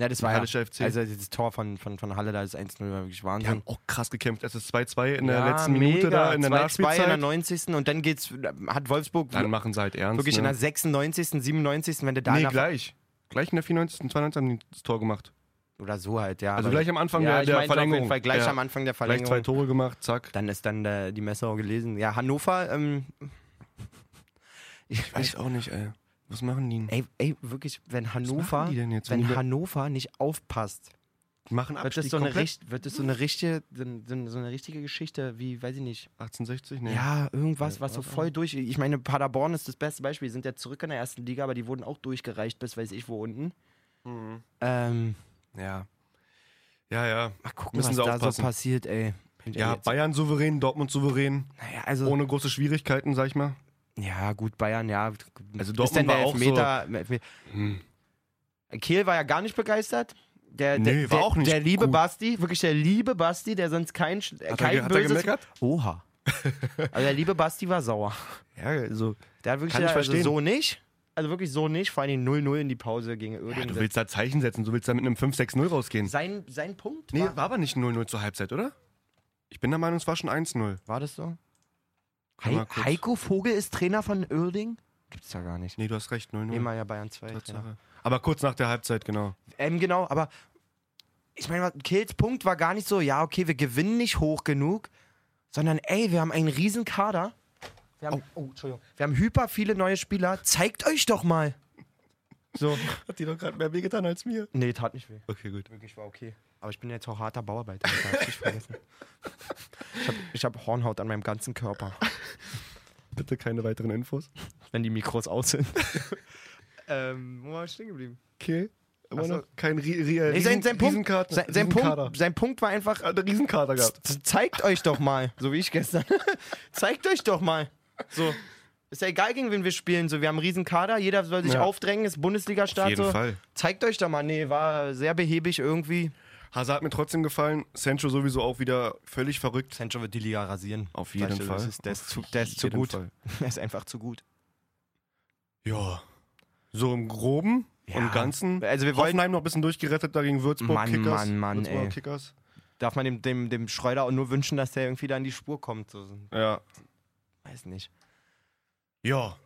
Ja, das war ja,
Hallischer FC.
also dieses Tor von, von, von Halle, da ist 1-0 war wirklich
Die
Wahnsinn.
haben auch krass gekämpft. Es ist 2-2 in der
Ja,
letzten Minute
mega.
da, in der
2-2 in der
Nachspielzeit.
90. Und dann geht's, hat Wolfsburg
Dann machen sie halt ernst.
Wirklich
ne?
in der 96., 97., wenn du da
Nee,
nach-
gleich. Gleich in der 94. 92 haben die das Tor gemacht.
oder so halt, ja.
Also
aber-
gleich am Anfang
ja,
der,
ich
der
meinte Auf
Verlängerung.
jeden Fall gleich
ja.
am Anfang der
Gleich
Verlängerung.
zwei Tore gemacht, zack.
Dann ist dann der, die Messer gelesen. Ja, Hannover, ähm, ich weiß.
auch nicht, ey. Was machen die?
Ey, ey, wirklich, wenn Hannover,
machen die denn jetzt, wenn
wenn
die-
Hannover nicht aufpasst,
Die machen
wird das,
Abstieg
so eine,
komplett.
richt- wird das so eine richtige, so eine, so eine richtige Geschichte, wie, weiß ich nicht.
1860? Nee.
Ja, irgendwas, was so voll durch. Ich meine, Paderborn ist das beste Beispiel. Die sind ja zurück in der ersten Liga, aber die wurden auch durchgereicht bis weiß ich wo unten. Ähm,
Mhm. Ja. Ja, ja.
mal gucken,
Müssen
was
sie
da
aufpassen.
so passiert, ey. Und
Ja,
ey, jetzt-
Bayern souverän, Dortmund souverän.
Naja, also.
Ohne große Schwierigkeiten, sag ich mal.
ja, gut, Bayern, ja.
Also
Ist denn
Dortmund
der
war auch so. Hm.
Elfmeter, Elfmeter. Kehl war ja gar nicht begeistert. Der, der,
Nee, war
der,
auch nicht
der liebe
gut.
Basti, wirklich der liebe Basti, der sonst kein, sch-
er
kein
ge- hat er
böses.
gemeckert?
Oha. Also der liebe Basti war sauer.
Ja, also.
Der hat wirklich
Kann ich
gesagt, also
verstehen.
so nicht. Also wirklich so nicht. Vor allem 0-0 in die Pause gegen
Ja,
Uerdingen.
du willst da Zeichen setzen, du willst da mit einem 5-6-0 rausgehen.
sein, sein Punkt?
Nee,
war,
war aber nicht 0-0 zur Halbzeit, oder? Ich bin der Meinung, es war schon 1-0.
war das so?
Kann man
Hei-
kurz-
Heiko Vogel ist Trainer von Uerdingen? Gibt's da gar nicht.
Nee, du hast recht, 0-0.
Immer ja Bayern 2. Trainer.
Tatsache. Aber kurz nach der Halbzeit, genau.
Ähm, genau, aber ich meine, Kills Punkt war gar nicht so, ja, okay, wir gewinnen nicht hoch genug, sondern ey, wir haben einen riesen Kader. Wir haben, oh. Entschuldigung. Wir haben hyper viele neue Spieler. Zeigt euch doch mal. So.
Hat die doch gerade mehr wehgetan als mir.
Nee, tat nicht weh.
Okay, gut.
Wirklich war okay. Aber ich bin jetzt auch harter Bauarbeiter. Ich hab's nicht vergessen. Ich habe ich hab Hornhaut an meinem ganzen Körper,
Bitte keine weiteren Infos.
wenn die Mikros aus sind. ähm, wo war ich stehen geblieben?
Okay. Aber
Ach so.
noch kein Rie Rie
Nee, sein, sein, Punkt,
Riesenkater.
sein, sein,
Riesenkader.
Punkt, sein Punkt war einfach,
Hat einen Riesenkater gehabt.
Z- zeigt euch doch mal, so wie ich gestern. zeigt euch doch mal. So. Ist ja egal, gegen wen wir spielen. So, wir haben einen riesen Kader, jeder soll sich
Ja.
aufdrängen, ist Bundesliga-Start. So.
Fall.
Zeigt euch doch mal. Nee, war sehr behäbig irgendwie.
Hazard hat mir trotzdem gefallen. Sancho sowieso auch wieder völlig verrückt.
Sancho wird die Liga rasieren.
Auf jeden Fall.
Das ist, der ist, zu, der ist
Auf
zu
jeden
gut.
Fall.
Der ist einfach zu gut.
Ja. So im Groben
Ja.
und Ganzen.
Also wir wollen-
Hoffenheim noch ein bisschen durchgerettet da gegen Würzburg
Mann,
Kickers.
Mann, Mann,
Würzburger
ey.
Kickers.
Darf man dem, dem, dem Schreuder auch nur wünschen, dass der irgendwie da in die Spur kommt. So,
Ja.
weiß nicht.
Ja.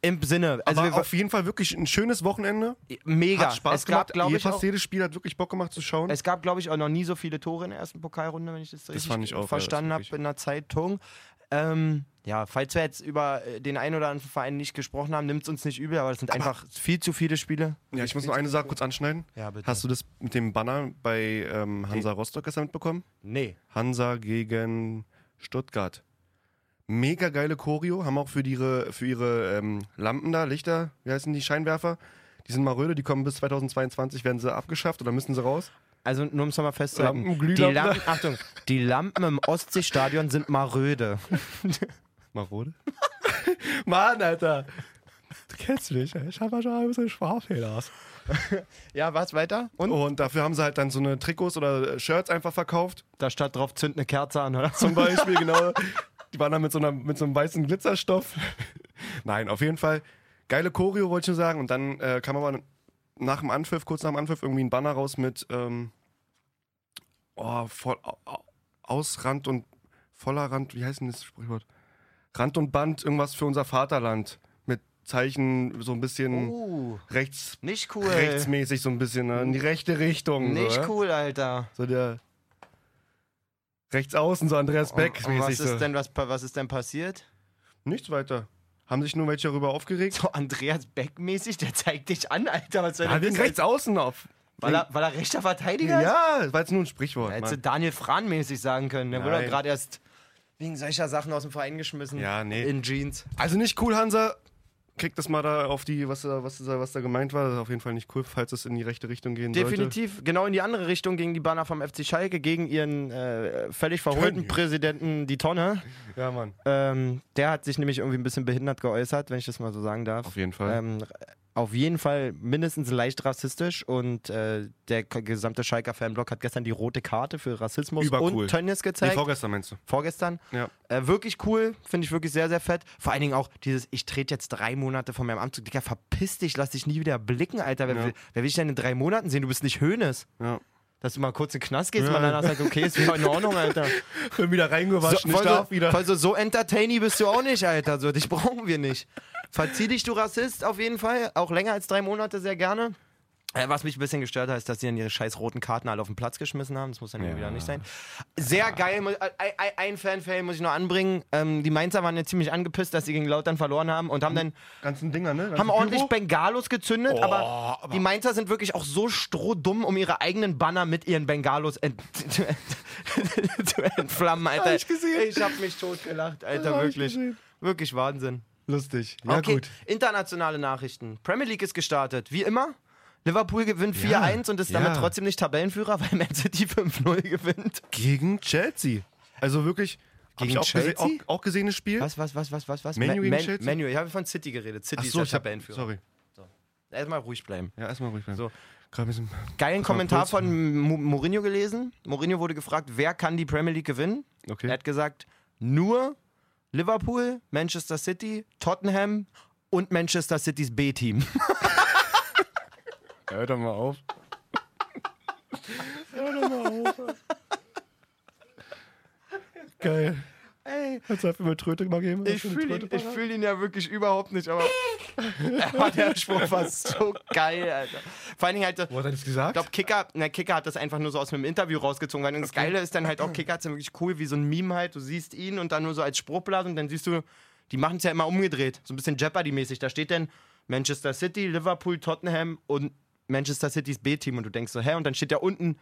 Im Sinne. Also
Also
wir,
Aber auf jeden Fall wirklich ein schönes Wochenende.
mega.
Hat Spaß
es gab,
gemacht.
glaube
Je-
ich,
Fast
auch,
jedes Spiel hat wirklich Bock gemacht zu schauen.
Es gab, glaube ich, auch noch nie so viele Tore in der ersten Pokalrunde, wenn ich das richtig
fand ich auch, ja,
verstanden
das
habe
ist
in der Zeitung. Ähm, ja, falls wir jetzt über äh, den einen oder anderen Verein nicht gesprochen haben, nimmt es uns nicht übel, aber das sind einfach viel zu viele Spiele.
Ja, ich muss noch eine Sache kurz anschneiden.
Ja, bitte.
Hast du das mit dem Banner bei ähm, Hansa Rostock gestern mitbekommen?
Nee.
Hansa gegen Stuttgart. Mega geile Choreo, haben auch für ihre, für ihre ähm, Lampen da, Lichter, wie heißen die, Scheinwerfer, Die sind maröde, die kommen bis 2022, werden sie abgeschafft oder müssen sie raus?
Also nur um es nochmal festzuhalten. Die
Lampenglühlampen.
Lampen, Achtung, die Lampen im Ostseestadion sind maröde.
Marode? Mann, Alter. Du kennst mich, ey. ich habe schon ein bisschen Sprachfehler aus.
Ja, was weiter? Und
Und dafür haben sie halt dann so eine Trikots oder äh, Shirts einfach verkauft.
da stand drauf, zünd
ne
eine Kerze an, oder?
Zum Beispiel, genau. Die waren dann mit so, einer, mit so einem weißen Glitzerstoff. Nein, auf jeden Fall. Geile Choreo, wollte ich nur sagen. Und dann äh, kam aber nach dem Anpfiff, kurz nach dem Anpfiff, irgendwie ein Banner raus mit ähm, oh, voll, au- au- Ausrand und voller Rand, wie heißt denn das Sprichwort? Rand und Band, irgendwas für unser Vaterland. Mit Zeichen, so ein bisschen
Uh,
rechts,
nicht cool.
rechtsmäßig, so ein bisschen ne? in die rechte Richtung. so,
Nicht
ja?
cool, Alter.
So der rechts außen, so Andreas Beck.
Und, und Oh, was,
mäßig so.
ist denn, was, pa- was ist denn passiert?
Nichts weiter. Haben sich nur welche darüber aufgeregt?
So Andreas Beck-mäßig, der zeigt dich an, Alter. Was soll
Ja,
denn
wegen
das?
rechts außen auf.
Weil er, weil er rechter Verteidiger ist?
Ja, war jetzt nur ein Sprichwort.
Hättest du
Mann.
Daniel Frahn-mäßig sagen können. Der wurde
Nein.
gerade erst wegen solcher Sachen aus dem Verein geschmissen.
Ja, nee.
In Jeans.
Also nicht cool, Hansa. Kriegt das mal da auf die, was da, was da, was da gemeint war. Das ist auf jeden Fall nicht cool, falls es in die rechte Richtung gehen sollte.
Definitiv genau in die andere Richtung gegen die Banner vom FC Schalke, gegen ihren äh, völlig verholten
Tönnies.
Präsidenten Die Tonne.
Ja, Mann.
Ähm, der hat sich nämlich irgendwie ein bisschen behindert geäußert, wenn ich das mal so sagen darf.
Auf jeden Fall.
Ähm, auf jeden Fall mindestens leicht rassistisch und äh, der k- gesamte Schalker Fanblock hat gestern die rote Karte für Rassismus
Übercool.
und Tönnies
Nee,
gezeigt.
vorgestern meinst du?
vorgestern.
Ja.
Äh, wirklich cool, finde ich wirklich sehr, sehr fett. Vor allen Dingen auch dieses, ich trete jetzt drei Monate von meinem Amtzug. Digga, verpiss dich, lass dich nie wieder blicken, Alter. Wer,
Ja.
will, wer will dich denn in drei Monaten sehen? Du bist nicht Hönes.
Ja.
Dass du mal kurz in den Knast gehst
Ja.
und danach sagst, okay, ist wieder in Ordnung, Alter.
Bin wieder reingewaschen, ich
voll,
darf
so,
wieder.
voll so, so entertainy bist du auch nicht, Alter. So, dich brauchen wir nicht. Verzieh dich, du Rassist, auf jeden Fall. Auch länger als drei Monate, sehr gerne. Äh, Was mich ein bisschen gestört hat, ist, dass sie dann ihre scheiß roten Karten alle auf den Platz geschmissen haben. Das muss dann irgendwie wieder nicht sein. Sehr geil. mu- äh, ein- ein- Ein Fanfail muss ich noch anbringen. Ähm, die Mainzer waren ja ziemlich angepisst, dass sie gegen Lautern verloren haben und
Mhm.
haben dann
Ganzen Dinger, ne? Ganzen
haben ordentlich
Pyro.
Bengalos gezündet, aber, die Mainzer sind wirklich auch so strohdumm, um ihre eigenen Banner mit ihren Bengalos ent zu ent- zu entflammen, Alter.
Hab ich gesehen.
Ich hab mich totgelacht, Alter,
hab ich
wirklich.
gesehen.
Wirklich Wahnsinn.
Lustig. Ja,
okay,
gut.
internationale Nachrichten. Premier League ist gestartet, wie immer. Liverpool gewinnt 4-1 und ist damit
ja.
trotzdem nicht Tabellenführer, weil Man City 5-0 gewinnt.
Gegen Chelsea. Also wirklich. hab
Gegen
ich auch gese-
Chelsea?
Auch, auch gesehenes Spiel.
Was, was, was, was, was, was?
Man U gegen
Man-
Chelsea?
Man U. ich habe von City geredet. City
Ach
ist
so,
der
ich hab,
Tabellenführer.
Sorry.
Erstmal ruhig bleiben.
Ja, erstmal ruhig bleiben.
So.
Gerade ein bisschen.
Geilen
Guck mal,
Kommentar
Puls.
von Mu- Mourinho gelesen. Mourinho wurde gefragt, wer kann die Premier League gewinnen?
Okay.
Er hat gesagt, nur Liverpool, Manchester City, Tottenham und Manchester Citys B-Team.
Hör doch mal auf. Hör doch mal auf. ey. Geil.
Ey,
Kannst du einfach mal Tröte mal geben?
ich fühle ihn, ich fühl ihn ja wirklich überhaupt nicht, aber Aber der Spruch war so geil, Alter. Vor allen Dingen halt,
Wo hat er das
Ich
gesagt?
glaube, Kicker, na, Kicker hat das einfach nur so aus einem Interview rausgezogen. Und das Geile ist dann halt auch, Kicker hat es ja wirklich cool, wie so ein Meme halt. Du siehst ihn und dann nur so als Spruchblase und dann siehst du, die machen es ja immer umgedreht. So ein bisschen Jeopardy-mäßig. Da steht dann Manchester City, Liverpool, Tottenham und Manchester Citys B-Team. Und du denkst so, hä? Und dann steht da unten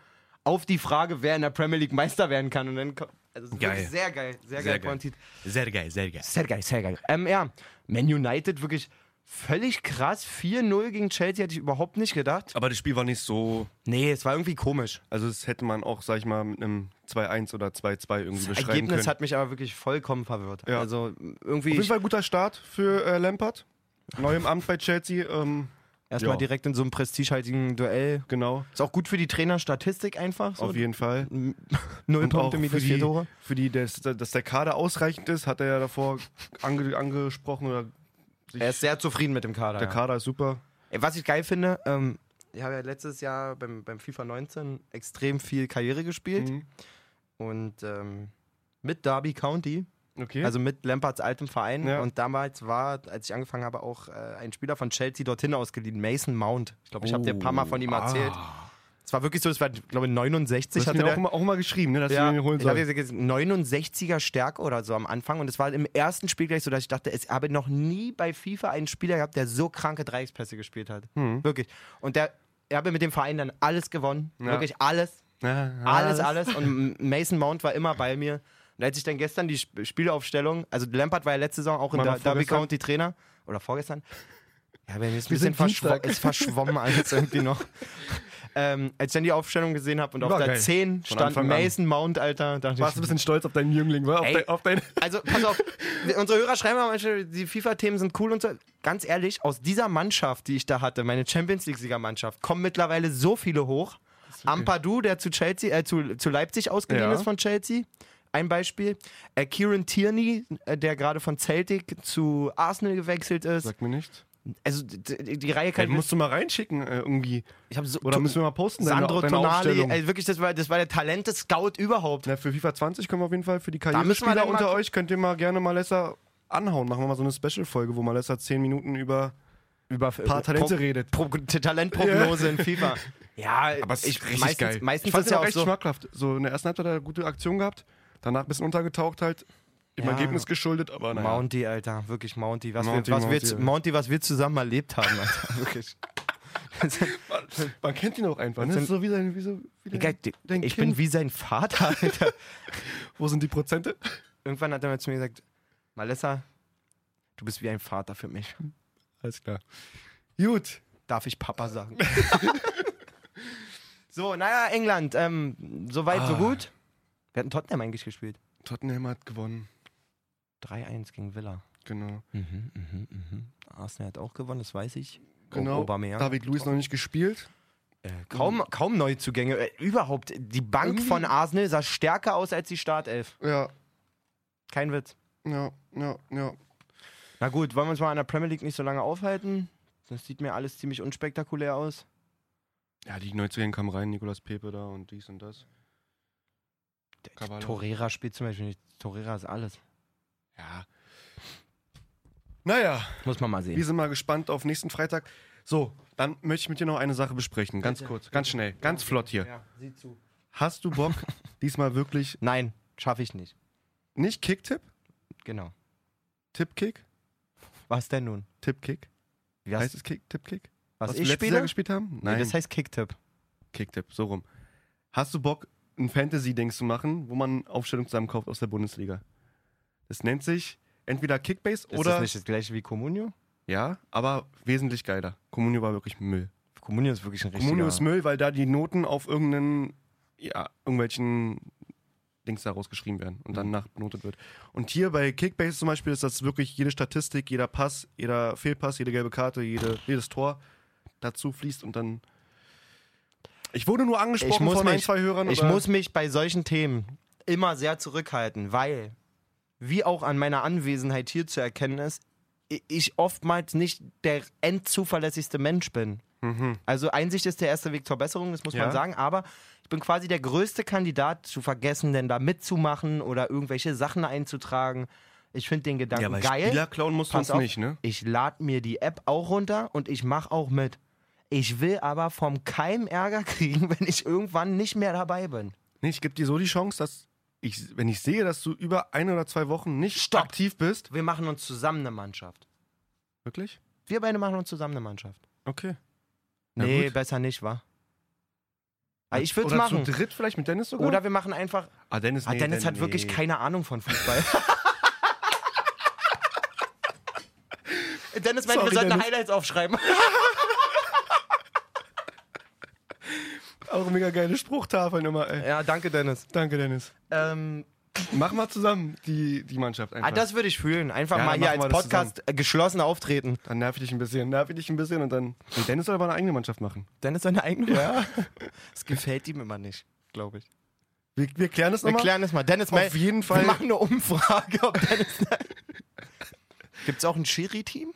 auf die Frage, wer in der Premier League Meister werden kann. Und dann kommt. Also, es ist Geil. wirklich sehr geil, sehr, geil, pointiert.
Sehr geil, sehr geil.
Sehr geil, sehr geil. Ähm, ja, Man United wirklich völlig krass. 4-0 gegen Chelsea hätte ich überhaupt nicht gedacht.
Aber das Spiel war nicht so.
Nee, es war irgendwie komisch.
Also, das hätte man auch, sag ich mal, mit einem 2-1 oder 2-2 irgendwie
Das
beschreiben
Ergebnis
können.
hat mich aber wirklich vollkommen verwirrt.
Ja.
Also
Auf
irgendwie
jeden Fall guter Start für äh, Lampard. Neu im Amt bei Chelsea. Ähm,
erstmal
ja.
direkt in so einem prestigehaltigen Duell.
genau,
Ist auch gut für die Trainerstatistik einfach. So.
auf jeden Fall.
Null
Und auch
Punkte
für
minus vier
die,
Tore.
für die dass, dass der Kader ausreichend ist, hat er ja davor ange, angesprochen. Oder
Er ist sehr zufrieden mit dem Kader.
der
ja.
Kader ist super.
Ey, Was ich geil finde, ähm, ich habe ja letztes Jahr beim, beim FIFA 19 extrem viel Karriere gespielt.
Mhm.
Und ähm, mit Derby County,
Okay.
also mit Lampards altem Verein.
Ja.
Und damals war, als ich angefangen habe, auch äh, ein Spieler von Chelsea dorthin ausgeliehen, Mason Mount. Ich glaube, ich habe dir ein paar
Oh,
Mal
ah.
von ihm erzählt. Es war wirklich so, es war, glaube ich, 69
Das hat
hatte
mir
der,
auch, immer, auch immer geschrieben, ne, dass
Ja,
wir ihn holen
ich habe
sollen.
jetzt gesagt, 69er Stärke oder so am Anfang. Und es war im ersten Spiel gleich so, dass ich dachte, es habe noch nie bei FIFA einen Spieler gehabt, der so kranke Dreieckspässe gespielt hat.
Hm.
Wirklich. Und der, er habe mit dem Verein dann alles gewonnen. Wirklich alles. Alles, alles. Und Mason Mount war immer bei mir. Und als ich dann gestern die Sp- Spielaufstellung, also Lampard war ja letzte Saison auch in
Mal
der
noch
Derby
vorgestern?
County Trainer oder vorgestern. Ja, bei mir ist ein
Wir
bisschen
sind
verschw
Dienstag.
ist verschwommen alles irgendwie noch. Ähm, als ich dann die Aufstellung gesehen habe und auf
War
der
geil.
10
Von
stand
Anfang an.
Mason Mount, Alter, dachte
Warst du ein
ich.
bisschen stolz auf deinen Jüngling, wa? Auf,
Ey.
dein, auf dein
Also, pass auf, wir- unsere Hörer schreiben ja manchmal, die FIFA-Themen sind cool und so. Ganz ehrlich, aus dieser Mannschaft, die ich da hatte, meine Champions League-Siegermannschaft, kommen mittlerweile so viele hoch. Ampadu, der zu Chelsea, äh, zu, zu Leipzig ausgeliehen
Ja.
ist von Chelsea. Ein Beispiel. Äh, Kieran Tierney, äh, der gerade von Celtic zu Arsenal gewechselt ist.
mir nicht.
Also d- d- die Reihe
Ja,
kann
den musst du mal reinschicken äh, irgendwie.
ich hab so,
Oder müssen wir mal posten, deine,
Sandro
deine
Tonali,
Aufstellung.
ey, wirklich, das war, das war der Talente-Scout überhaupt.
Na, für FIFA 20 können wir auf jeden Fall, für die
müssen wir
Karrierespieler
dann mal
unter
gucken.
euch, könnt ihr mal gerne Malessa anhauen. Machen wir mal so eine Special-Folge, wo Malessa 10 Minuten über
Über
paar Talente redet.
Äh, Pro, Talentprognose in FIFA. Ja,
Aber es ist richtig
meistens,
geil.
Meistens
ich fand
ist
den
ja
auch
auch
echt
so.
schmackhaft. So in der ersten Halbzeit hat er eine gute Aktion gehabt, danach ein bisschen untergetaucht halt. Im
Ja.
Ergebnis geschuldet, aber naja.
Mounty, Alter, wirklich Mounty. Was,
Mounty,
wir, was,
Mounty,
wir,
Alter.
Mounty, was wir zusammen erlebt haben, Alter. Wirklich.
Man kennt ihn auch einfach. Ne?
Das
Das ist so wie sein, wie so, wie
Digga,
dein,
die-
dein
ich
kind.
bin wie sein Vater, Alter.
Wo sind die Prozente?
Irgendwann hat er mal zu mir gesagt: Malessa, du bist wie ein Vater für mich.
Alles klar. Gut.
Darf ich Papa sagen? so, naja, England. Ähm, so weit, so
Ah.
gut. Wir hatten Tottenham eigentlich gespielt.
Tottenham hat gewonnen.
3-1 gegen Villa.
Genau.
Mhm, mhm, mhm. Arsenal hat auch gewonnen, das weiß ich.
genau.
Aubameyang.
David Luiz noch nicht gespielt.
Äh, Kaum, kaum Neuzugänge. Äh, überhaupt, die Bank
Irgendwie-
von Arsenal sah stärker aus als die Startelf.
Ja,
Kein Witz.
ja, ja, ja.
Na gut, wollen wir uns mal an der Premier League nicht so lange aufhalten? Das sieht mir alles ziemlich unspektakulär aus.
Ja, die Neuzugänge kamen rein, Nicolas Pepe da und dies und das.
Der-
Cavallo.
Torreira spielt zum Beispiel nicht. Torreira ist alles.
Ja. Naja,
Muss man mal
wir
sehen.
sind mal gespannt auf nächsten Freitag. So, dann möchte ich mit dir noch eine Sache besprechen. Ganz
Bitte,
kurz, ganz schnell, ganz flott hier.
Ja, sieh zu.
Hast du Bock, diesmal wirklich
Nein, schaffe ich nicht.
nicht Kicktipp?
Genau.
Tippkick?
Was denn nun?
Tippkick?
Wie
Heißt
heißt,
es Kick, Tippkick?
was,
wir letztes
ich
Jahr
spiele?
gespielt haben?
Nee,
Nein,
das heißt Kicktipp.
Kicktipp, so rum. Hast du Bock, ein Fantasy-Ding zu machen, wo man Aufstellung zusammenkauft aus der Bundesliga? Das nennt sich entweder Kickbase
Ist
oder
das nicht das gleiche wie Comunio?
Ja, aber wesentlich geiler. Comunio war wirklich Müll.
Comunio ist wirklich ein richtiger...
Comunio ist Müll, weil da die Noten auf irgendeinen, ja, irgendwelchen Dings daraus geschrieben werden und
Mhm.
dann nachbenotet wird. Und hier bei Kickbase zum Beispiel ist das wirklich jede Statistik, jeder Pass, jeder Fehlpass, jede gelbe Karte, jede, jedes Tor dazu fließt und dann. Ich wurde nur angesprochen
ich muss
von
mich,
ein, zwei Hörern.
Ich
aber-
muss mich bei solchen Themen immer sehr zurückhalten, weil, wie auch an meiner Anwesenheit hier zu erkennen ist, i- ich oftmals nicht der endzuverlässigste Mensch bin. Also Einsicht ist der erste Weg zur Besserung, das muss
Mhm. Ja.
man sagen, aber ich bin quasi der größte Kandidat zu vergessen, denn da mitzumachen oder irgendwelche Sachen einzutragen. Ich finde den Gedanken
ja, weil
geil.
Spieler klauen musst du
Pass
uns
auf,
nicht, ne?
ich lade mir die App auch runter und ich mache auch mit. Ich will aber vom Keim Ärger kriegen, wenn ich irgendwann nicht mehr dabei bin.
Nee, ich gebe dir so die Chance, dass ich, wenn ich sehe, dass du über ein oder zwei Wochen nicht
Stopp.
aktiv bist.
Wir machen uns zusammen eine Mannschaft.
Wirklich?
Wir beide machen uns zusammen eine Mannschaft.
Okay. Na
Nee,
gut.
besser nicht, wa? Ah, Ich würde
Oder
machen.
zu dritt vielleicht mit Dennis sogar?
Oder wir machen einfach.
ah, Dennis,
Ah,
nee,
Dennis
Den-
hat wirklich
nee.
keine Ahnung von Fußball. Dennis meint, wir
Sorry,
sollten
Dennis.
Highlights aufschreiben.
Auch mega geile Spruchtafeln immer, ey.
Ja, danke, Dennis.
Danke, Dennis.
Ähm,
Machen wir zusammen die, die Mannschaft einfach.
ah, das würde ich fühlen. Einfach
Ja,
mal
dann
hier
machen
als
wir das
Podcast äh, geschlossen auftreten.
dann nerv ich dich ein bisschen, nerv ich dich ein bisschen und dann. Und Dennis soll aber eine eigene Mannschaft machen.
Dennis seine eigene Ja. Das gefällt ihm immer nicht, glaube ich.
Wir, wir klären das
Wir
nochmal.
klären das mal. Dennis,
Auf
mel-
jeden Fall.
Wir machen eine Umfrage, ob Dennis. Gibt es auch ein Schiri-Team?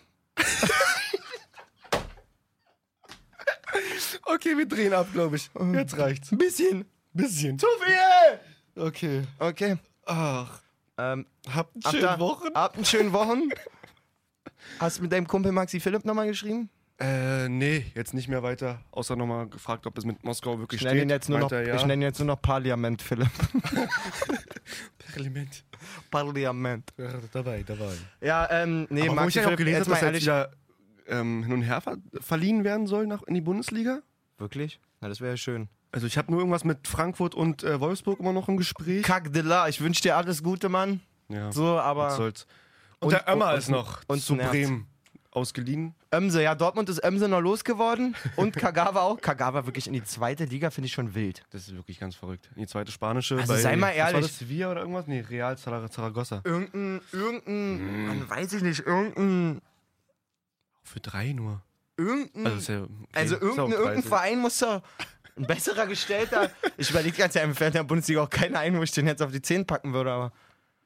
Okay, wir drehen ab, glaube ich. Jetzt reicht's.
Ein bisschen.
Bisschen.
Oh. Zu viel!
Okay.
Okay.
Ach.
Ähm,
Habt einen
habt
schönen
ihr-
Wochen.
Habt einen schönen Wochen. Hast du mit deinem Kumpel Maxi Philipp nochmal geschrieben?
Äh, nee, jetzt nicht mehr weiter. Außer nochmal gefragt, ob es mit Moskau wirklich
Ich nenne ihn
steht.
jetzt nur noch,
Meinte er, ja.
ich nenne ihn jetzt nur noch Parlament Philipp.
Element.
Parlament.
Ja, dabei, dabei.
Ja, ähm, nee,
Aber wo ich
Maxi
ja auch
Philipp,
gelesen
jetzt
habe,
mal
dass er jetzt
ehrlich.
wieder ähm, hin und her ver verliehen werden soll nach, in die Bundesliga.
Wirklich? Na, das wäre ja schön.
Also ich habe nur irgendwas mit Frankfurt und äh, Wolfsburg immer noch im Gespräch.
Kack de la, ich wünsche dir alles Gute, Mann.
Ja.
So, aber.
Was soll's. Und,
Und-
der Ömer
und-
ist noch
und
zu
Nerz.
Bremen ausgeliehen.
Ömse, ja, Dortmund ist Ömse noch losgeworden und Kagawa auch. Kagawa wirklich in die zweite Liga, finde ich schon wild.
Das ist wirklich ganz verrückt. Die zweite spanische.
Also sei mal
Was war
ehrlich.
das Sevilla oder irgendwas? Nee, Real Zara- Zaragoza.
Irgendein, irgendein, man weiß ich nicht, irgendein,
Für drei nur.
irgendein,
Also, ist
also,
ja okay. Ist ja auch
irgendein, irgendein
preisig.
Verein muss doch ein besserer Gestellter. ich überlege ganz ehrlich, mir fällt in der Bundesliga auch keiner ein, wo ich den jetzt auf die 10 packen würde, aber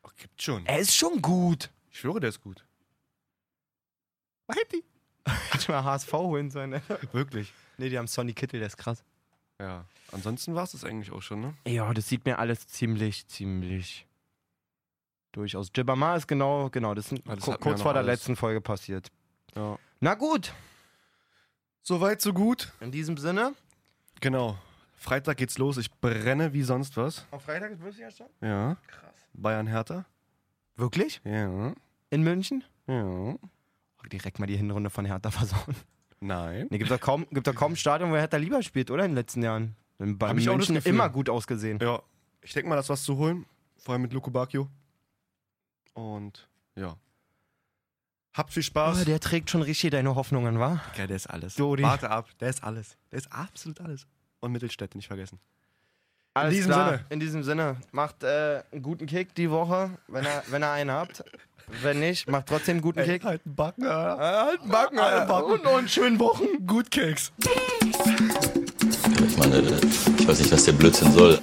Ach, gibt schon.
er ist schon gut.
Ich schwöre, der ist gut.
Happy. Hätte mal HSV holen sollen. ne?
Wirklich.
Nee, die haben Sonny Kittel, der ist krass.
Ja. Ansonsten war es das eigentlich auch schon, ne?
Ja, das sieht mir alles ziemlich, ziemlich durchaus. Jibama ist genau, genau, das ist
Ah, das
ku-
hatten wir
kurz
noch
vor der
alles.
letzten Folge passiert.
Ja.
Na gut,
Soweit, so gut.
in diesem Sinne.
Genau. Freitag geht's los. Ich brenne wie sonst was.
Am Freitag ist Bundesliga schon?
Ja. Krass. Bayern Hertha.
Wirklich?
Ja.
In München?
Ja.
Direkt mal die Hinrunde von Hertha versauen.
Nein.
Nee, gibt doch kaum, gibt doch kaum ein Stadion, wo Hertha lieber spielt, oder? In den letzten Jahren. Bei
Hab ich auch das
München
Gefühl.
immer gut ausgesehen.
Ja. Ich denke mal, das ist was zu holen. Vor allem mit Luko Bacchio. Und ja. Habt viel Spaß.
Oh, der trägt schon richtig deine Hoffnungen, wa?
Ja, der ist alles.
Dodi.
Warte ab, der ist alles. Der ist absolut alles. Und Mittelstädte nicht vergessen.
Alles
diesem
klar.
Sinne.
In diesem Sinne. Macht äh, einen guten Kick die Woche, wenn ihr, wenn ihr einen habt. Wenn nicht, macht trotzdem einen guten Kick.
Halt einen Backen, Alter.
Halt Backen,
Alter. Und
noch einen schönen Wochen.
Gut Keks.
äh, Ich meine, ich weiß nicht, was der Blödsinn soll.